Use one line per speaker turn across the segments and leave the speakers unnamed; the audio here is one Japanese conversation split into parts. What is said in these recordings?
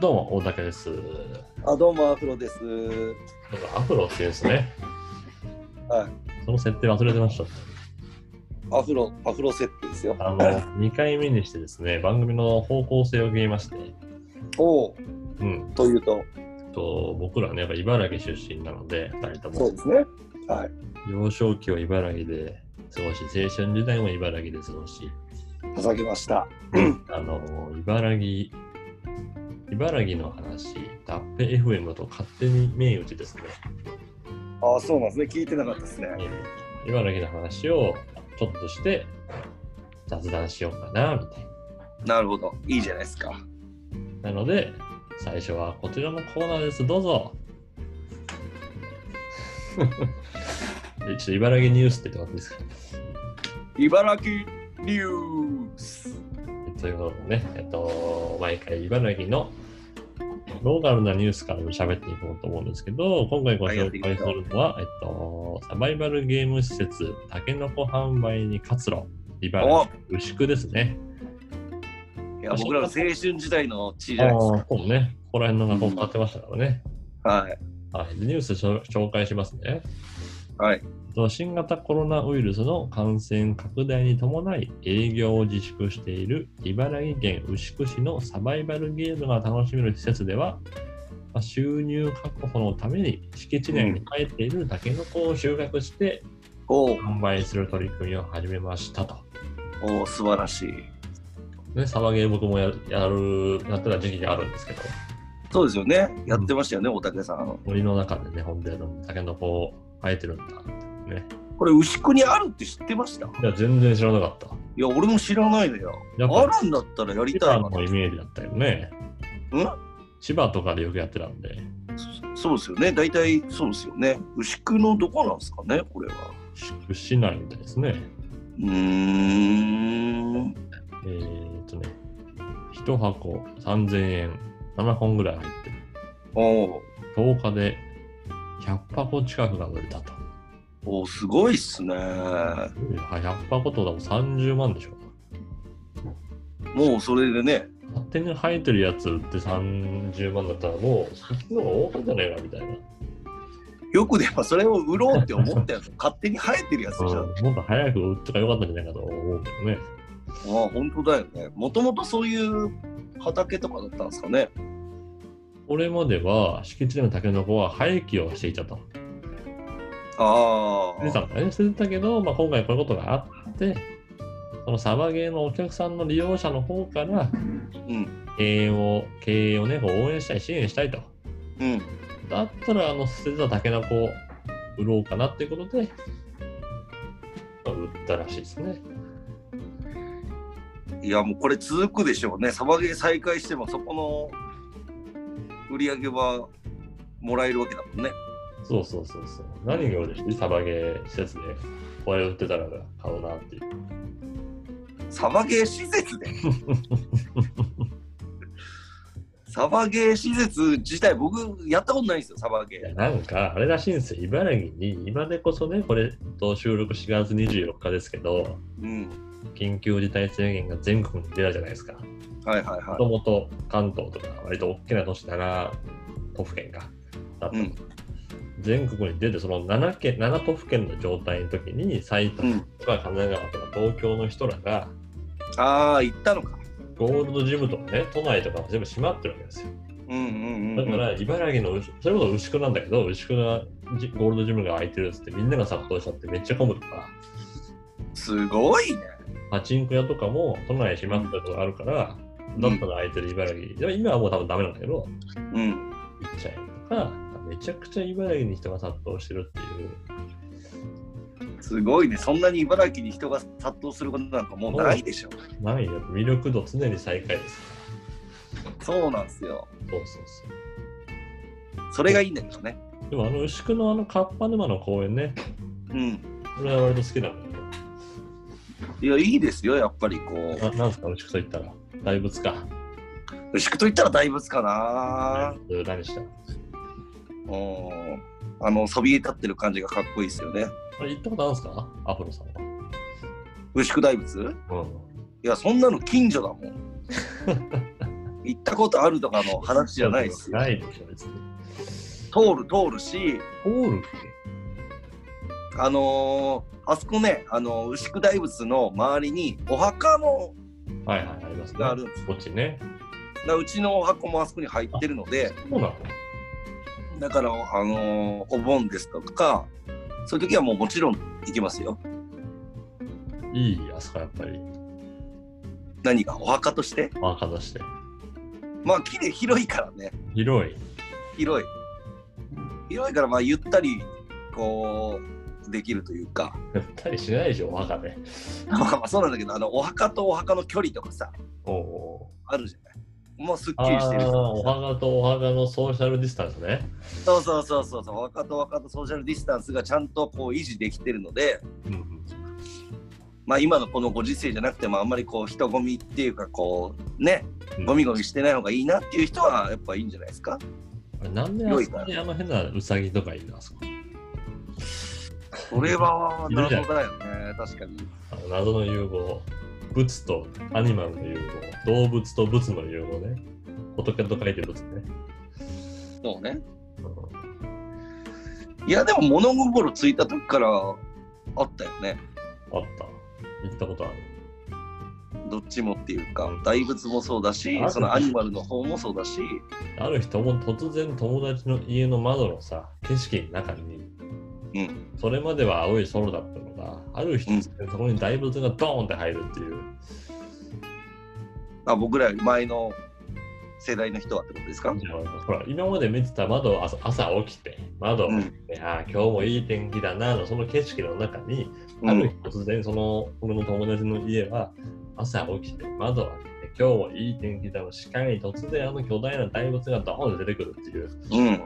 どうも、大竹です。
あ、どうも、アフロです。
なんかアフロっていうんですね。。
はい
その設定忘れてました。
アフロ、アフロ設定ですよ。
あの、2回目にしてですね、番組の方向性を決めまして、
おお、
うん。
というと、
と僕らね、やっぱ茨城出身なので、2人と
そう
も
ですね。はい。
幼少期を茨城で過ごし、青春時代も茨城で過ごし、
ふざけました。
あの、茨城、茨城の話、タッペ FM と勝手に銘打ちですね。
あ、そうなんですね。聞いてなかったですね。
えー茨城の話をちょっとして雑談しようかなみたい
なるほど。いいじゃないですか。
な。なので最初はこちらのコーナーです。どう ぞ。えちょっと茨城ニュースって言ってもらっていいですか、
茨城ニュース。
えということでね、えっと、毎回茨城のローカルなニュースからも喋っていこうと思うんですけど、今回ご紹介するのは、えっと、サバイバルゲーム施設、タケノコ販売に活路、茨城牛久ですね。
いや、僕らの青春時代の地じ
あ
ゃ
あ
ないです
ー、そうね。ここら辺の学校変わってましたからね。
か。はい。
はい。でニュースしょ紹介しますね。
はい。
と新型コロナウイルスの感染拡大に伴い営業を自粛している茨城県牛久市のサバイバルゲームが楽しめる施設では、まあ収入確保のために敷地内に生えているタケノコを収穫して
おお、
販売する取り組みを始めましたと。
おお、素晴らしい。
ね、サバゲー僕もやる、やるやってた時期があるんですけど、
そうですよね。やってましたよね、おたけさん。
森の中でね、ほんでタケノコ生えてるんだってね。
これ、牛久にあるって知ってましたい
いや、全然知らなかった。
や、俺も知らないのよ。
やっぱ
あるんだったらやり
千
た
葉
いな。
のイメージだったよね。
うん
千葉とかでよくやってたんで、
そうですよね。大体そうですよね。牛久のどこなんですかね、これは。
市区市内みたいですね。
うーん。
えー、っとね、1箱3000円、7本ぐらい入ってる。
おー
10日で100箱近くが売れたと。
おー、すごいっすね。
うん100箱とだも30万でしょ。
もうそれでね、
勝手に生えてるやつ売って30万だったらもう先の方が多かったんじゃないかみたいな。
よくでもそれを売ろうって思ったや つ、勝手に生えてるやつじゃん。
うんもっと早く売ってかよかったんじゃないかと思うけどね。
ああ、本当だよね。もともとそういう畑とかだったんですかね。
これまでは敷地内のタケノコは廃棄をしていたと。
あ
皆さんもね、してたけど、まあ、今回こういうことがあって、そのサバゲーのお客さんの利用者の方から、
うん。
経営を、経営をね、こう応援したい、支援したいと。
うん。
だったら、あの、捨てたタケノコを売ろうかなっていうことで、まあ売ったらしいですね。
いや、もうこれ続くでしょうね。サバゲー再開しても、そこの売り上げはもらえるわけだもんね。
そうそうそうそう。何が嬉しいサバゲー施設で、これ売ってたら買うなっていう。
サバゲー施設でサバゲー施設自体僕やったことないんですよサバゲ
いや
ー
なんか、あれらしいんですよ。茨城に、今でこそね、これ、と収録4月24日ですけど、
うん
緊急事態宣言が全国に出たじゃないですか。も
はいはいは
ともと関東とか割と大きな都市だな、都府県か。だったの
うん
全国に出て、その 7, 県7都府県の状態の時に、埼
い、う
玉
ん、
とか神奈川とか東京の人らが、
ああ行ったのか
ゴールドジムとかね、都内とかも全部閉まってるわけですよ。
うんうんう
だ
ん、
か
うん、
ら、茨城の牛、それこそ牛久なんだけど、牛久がジゴールドジムが空いてるっつって、みんなが殺到しちゃってめっちゃ混むとか、
すごいね
パチンコ屋とかも都内閉まったとこあるから、
うん
だったら空いてる茨城、でも今はもう多分ダメなんだけど、
うん
行っちゃえとか、めちゃくちゃ茨城に人が殺到してるっていう、
すごいねそんなに茨城に人が殺到することなんかもうないでしょ
ないよ、魅力度常に最下位ですか
そうなんですよ
ら。そうそうそ
それがいいんだけどね
う。でもあの牛久のあのカッパ沼の公園ね、
うん
これは割と好きなんだ
いやいいですよやっぱりこ
けど、ななんすか、牛久と言ったら、大仏か。
う牛久といったら大仏かな
大仏何した
うんあのそびえ立ってる感じがかっこいいですよね
あれ行ったことあるんですかアフロさん
牛久大仏
は。
いや、そんなの近所だもん。行ったことあるとかの話じゃないです。
ないですよ、別に。
通る通るし、
通るっ
あのーあそこね、あのー牛久大仏の周りにお墓の
けはいはい、ありますね。
があるんです。
こっちね。
だからうちのお墓もあそこに入ってるので、
そうなの
だから、あのーお盆ですとか、そういう時はもうもちろん行きますよ。
いい、あそこやっぱり、
何がお墓として。
お墓出して。
まあ、綺麗広いからね。
広い。
広い広いからまあゆったりこうできるというか
やったりしないでしょ、お墓で。
まあまあそうなんだけどあのお墓とお墓の距離とかさ
おお
あるじゃないもうすっ
ー。
きりしてる
あーお墓とお墓のソーシャルディスタンスね。
そうそうそうそうそうお墓とお墓とソーシャルディスタンスがちゃんとこう維持できてるので
うんうん。
まあ今のこのご時世じゃなくてもあんまりこう人混みっていうかこうね
うん
ゴミゴミしてない方がいいなっていう人はやっぱいいんじゃないですか
あれなんであ
広い
そ
か
こ
ら
にあの変なウサギとかいるのあそこ。
それはい
るじゃん
謎だよね確かに
あの謎の融合。仏とアニマルの融合。動物と仏の融合ね。仏と書いて仏ね。
そうね
うん
いやでも物心ついた時からあったよね
あった。行ったことある。
どっちもっていうか大仏もそうだし
ある
そのアニマルの方もそうだし
ある人も突然友達の家の窓のさ、景色の中に、
うん
それまでは青い空だったのが、ある日、
うん
そこに大仏がドーンって入るっていう、
あ僕らより前の世代の人はってことですか、
じゃあほら、今まで見てた窓を朝朝起きて、窓を
う
見
ん
て、ああ、今日もいい天気だなの、その景色の中に、
う
ある
ん
日突然、その俺の友達の家は朝起きて窓を開けて今日もいい天気だの視界に突然あの巨大な大仏がドーンと出てくるっていう
うん、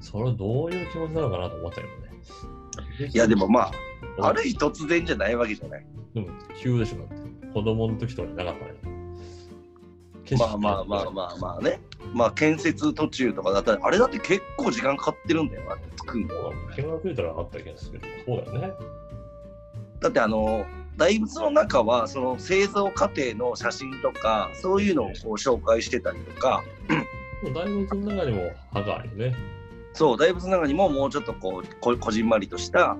それはどういう気持ちなのかなと思ったけどね
いやでもまあある日突然じゃないわけじゃない
でも急でしょだって子供の時とかじゃなかったね景
まあまあまあ
あ
まあまあねまあ建設途中とかだったらあれだって結構時間かかってるんだよあれ作るの
見学いたらあった気がするけどそうだよね
だってあの大仏の中はその製造過程の写真とかそういうのをこう紹介してたりとか
でも大仏の中にも歯があるよね
そう大仏の中にももうちょっとこうここじんまりとした
やっ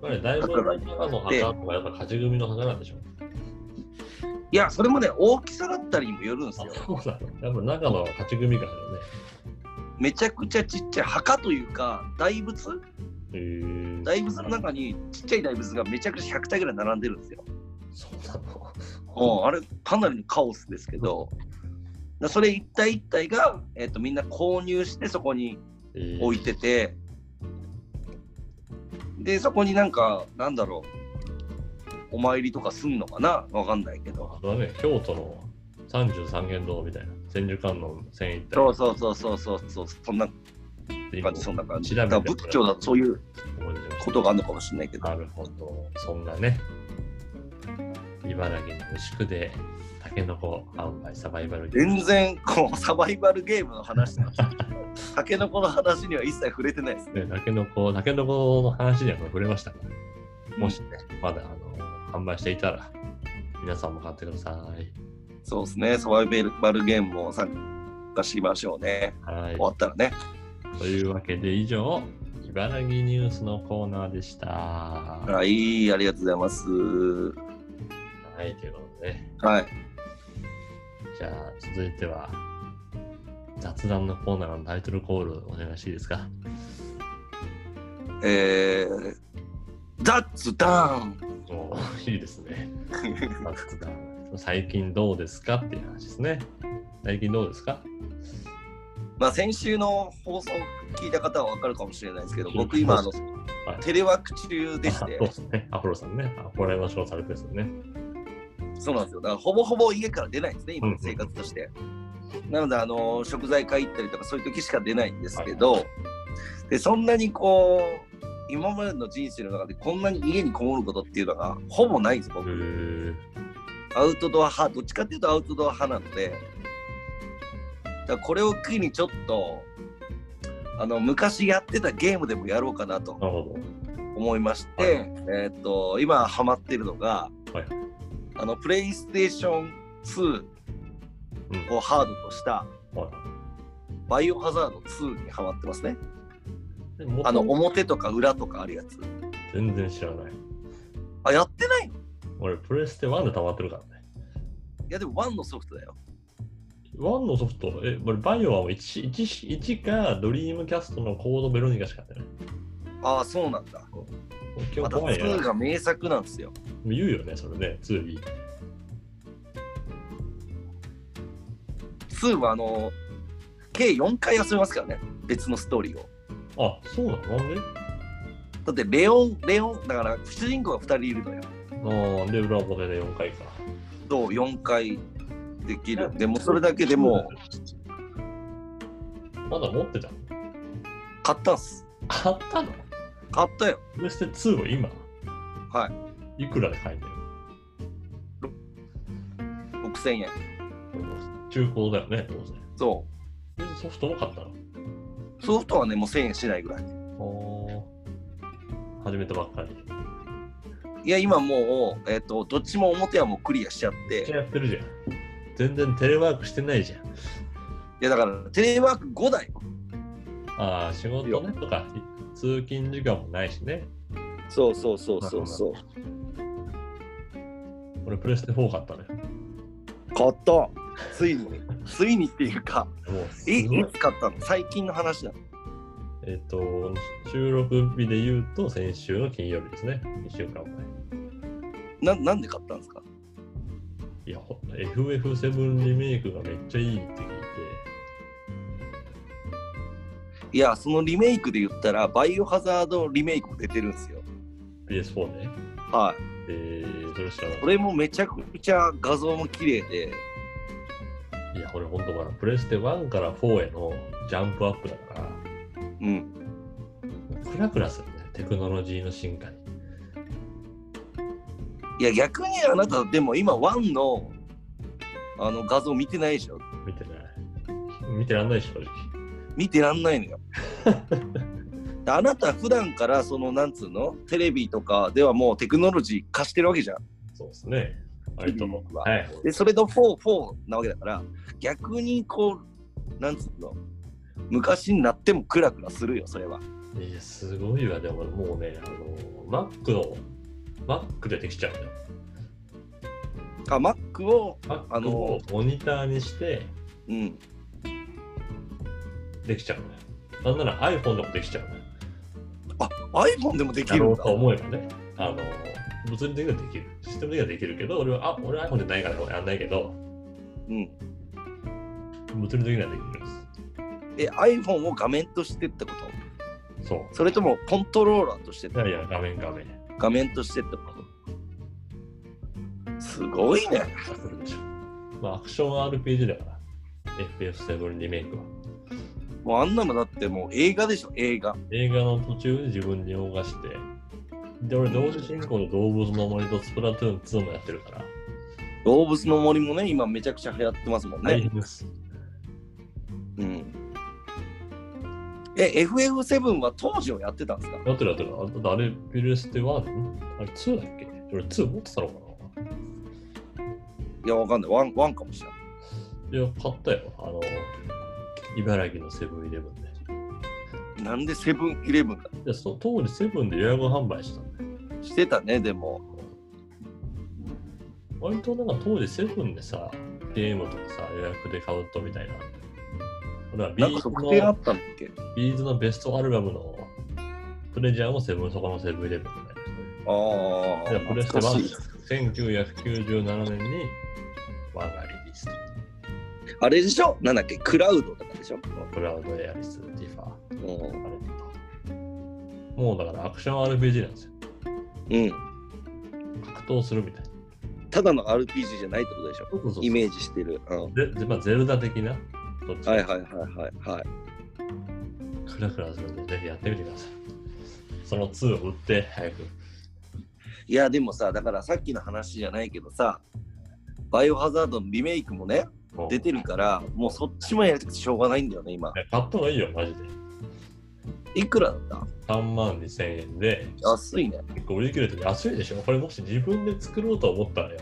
ぱり大仏の中の墓とかやっぱ勝ち組の墓なんでしょ
いや、それもね、大きさだったりにもよるんです
あ
よ。
そうだやっぱ中の勝ち組感だよね
めちゃくちゃちっちゃい墓というか、大仏
へー
大仏の中にちっちゃい大仏がめちゃくちゃ100体ぐらい並んでるんですよ。
そうなの。
うん、あれ、かなりのカオスですけど、だそれ一体一体が、えっとみんな購入してそこに置いてて、で、そこになんか、なんだろう、お参りとかすんのかなわかんないけど。
あとはね、京都の三十三間堂みたいな、千手観音千一体
そうそうそうそうそうそう、そんな
って今
感じ、そんな感じ。
調べ
だ
て
から仏教だとそういう
思い出しまし
ことがあるのかもしれないけ
た。
ど、
なるほど、そんなね、茨城の牛久で、タケノコ販売サバイバルゲーム
全然こうサバイバルゲームの話なんですよタケノコの話には一切触れてないです
ね、
ね。
タケノコ、タケノコの話には触れましたから、もしね、まだあの販売していたら、皆さんも買ってください。
そうですね、サバイバルゲームも参加しましょうね。
はい
終わ。ったらね。
というわけで、以上、茨城ニュースのコーナーでした。は
はい、ありがとうございます。
い、ということでね。
はい、
じゃあ続いては雑談のコーナーのタイトルコールお願いしていいですか
えー、ダッツダーン
お ーいいです ね雑談最近どうですかっていう話ですね最近どうですか
まあ先週の放送聞いた方はわかるかもしれないですけど、僕今あの、
はい
テレワーク中で
あ
し
そう
て、
ですねアフロさんねアフロライバーショーされてるんですよね
そうなんですよ。だからほぼほぼ家から出ないんですね、今の生活として。なので、あの食材買い行ったりとかそういう時しか出ないんですけど、でそんなにこう、今までの人生の中でこんなに家にこもることっていうのがほぼないんです、
う
僕。
ー
アウトドア派、どっちかっていうとアウトドア派なので、だからこれを機にちょっと、あの昔やってたゲームでもやろうかなと
なるほ
思いまして、
はい
えーっと今ハマってるのが、
はい
あのプレイステーション2
うん
こうハードとした
はい
バイオハザード2にハマってますね。
でも
あの表とか裏とかあるやつ。
全然知らない。
あ、やってないのい
俺、プレステ1で溜まってるからね。
やでも1のソフトだよ。
1のソフト、え、俺、バイオはもう 1, 1, 1かドリームキャストのコードベロニカしかやってない。
ああ、そうなんだ。
もう今
ま
日
た
怖い
2
な。
が名作なんですよ。
言うよね、それね、2に。
2はあの、計4回遊べますからね。別のストーリーを。
あ、そうなのなんで
だってレオン、レオン、だから主人公が2人いるのよ。
あーで、裏表で4回か。
と4回できる。でもうそれだけでもう
まだ持ってたの
買ったんす。
買ったの
買ったよ。
プレステ2を今。
はい
いくらで買えんだよ
6000円。
中古だよね、当然。
そ
でソフトも買った
う。ソフトはね、もう1000円しないぐらい。
の。ああ。始めたばっかり。
いや、今もう、えっ、と、どっちも表はもうクリアしちゃっ
めっち
て、
ゃやってるじゃん。全然テレワークしてないじゃん。
いや、だから、テレワーク5台。
ああ、仕事ねとか、通勤時間もないしね。
そうそうそう
そうそう俺、プレステ4買ったのよ。
う。買った。ついに、ついにっていうか、
もう
え、
す
い
ごい。
つ買ったの最近の話だ。
えっ、と、収録日で言うと、先週の金曜日ですね。1週間前。
ななんで買ったんですか
いや、ほんと FF7 リメイクがめっちゃいいって聞いて。
いや、そのリメイクで言ったら、バイオハザードリメイクも出てるんですよ。
PS4 ね。
はい。
えー、それしかな
こ
い。
れもめちゃくちゃ画像も綺麗で、
いや、これ本当まだプレステ1から4へのジャンプアップだから、も
うん。
うクラクラするね、テクノロジーの進化に。
いや、逆にあなた、でも今、1の、あの、画像見てないでしょ。
見てない。見てらんないでしょ、正直。
見てらんないのよ。であなた普段からそのなんつうのテレビとかではもうテクノロジー化してるわけじゃん。
そうですね。割と。
僕は
はい。
でそれと4、4なわけだから逆にこうなんつうの昔になってもクラクラするよそれは。
いや、すごいわ。でも、もうね、あの、Mac の、Mac 出てきちゃうんだよ。
あ Mac を
Mac をモニターにして
うん
できちゃうんだよ。なんなら iPhone でもできちゃうんだよ。
あ iPhone でもでき
や
る
ろ
ん
う
だ
と。思えばね。あの、物理的にはできる。システム的にはできるけど、俺は、あ、俺は iPhone じゃないからやんないけど、
うん、
物理的にはできるんです。
え iPhone を画面としてってこ
そう。
とそれともコントローラーとして
いやいや、画面画面。
画面としてってことすごいね。
させるでしょ。まあ、アクション RPG だから。FF7 リメイクは。
もうあんなのだってもう映画でしょ映画。
映画の途中で自分に動かして、で、俺、同時進行の動物の森とスプラトゥーン2もやってるから、
動物の森もね、今めちゃくちゃ流行ってますもんね。
大変です。
うん。え、FF7 は当時をやってたんですか
やってるやってる。あだってあれ、ピルステ1あれ、2だっけ俺、2持ってたのか
いや、わかんない。ワンワンかもしれない。
ないや、買ったよ。あの、茨城のセブンイレブンで。
なんでセブンイレブンだ
で、その当時、セブンで予約販売してたんだよ。
してたね、でも。
割となんか当時、セブンでさ、ゲームとかさ、予約で買うとみたいな。俺はビ
なんか
ーズ
特典あ
の
ったんだっけ
ビーズのベストアルバムのプレジャーもセブン、そこのセブンイレブンみたいな。
あ
いや
あ、
プレステ
懐かしい。
1 1997年にワンがリリースと。
あれでしょなんだっけクラウドとかでしょ、
クラウドエアリス、ティファー、あ
う
れ
ん、
と。もうだからアクション RPG なんですよ。
うん。
格闘するみたいな。
ただの RPG じゃないってことでしょイメージしてる。うん。
でで、まあ、ゼルダ的な。どっちか
はいはいはいはい。はい、
クラクラするんで、ぜひやってみてください。その2を打って、早く。
いや、でもさ、だからさっきの話じゃないけどさ、バイオハザードのリメイクもね、
もう
出てるから、もうそっちもやりたくてしょうがないんだよね、今
い。や買った方がいいよ、マジで。
いくらだった
3万2000円で、
安いね。
結構売り切れてて安いでしょこれもし 自分で作ろうと思ったらよ。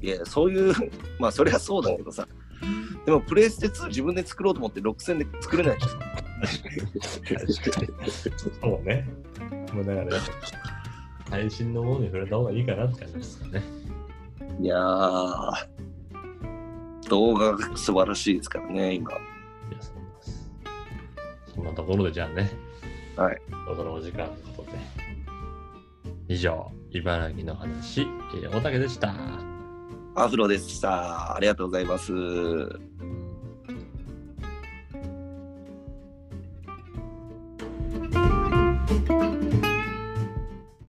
いや、そういう、まあ、そりゃそうだけどさ、でもプレイステ2自分で作ろうと思って6000で作れないじゃん
そうね。もうだから、最新のものに触れた方がいいかなって感じですかね。
いやー、動画が素晴らしいですからね、今。
いやそうですそんなところでじゃあね、
はい。
そろそろお時間ということで。以上、茨城の話、えー、おたけでした。
アフロでした。ありがとうございます。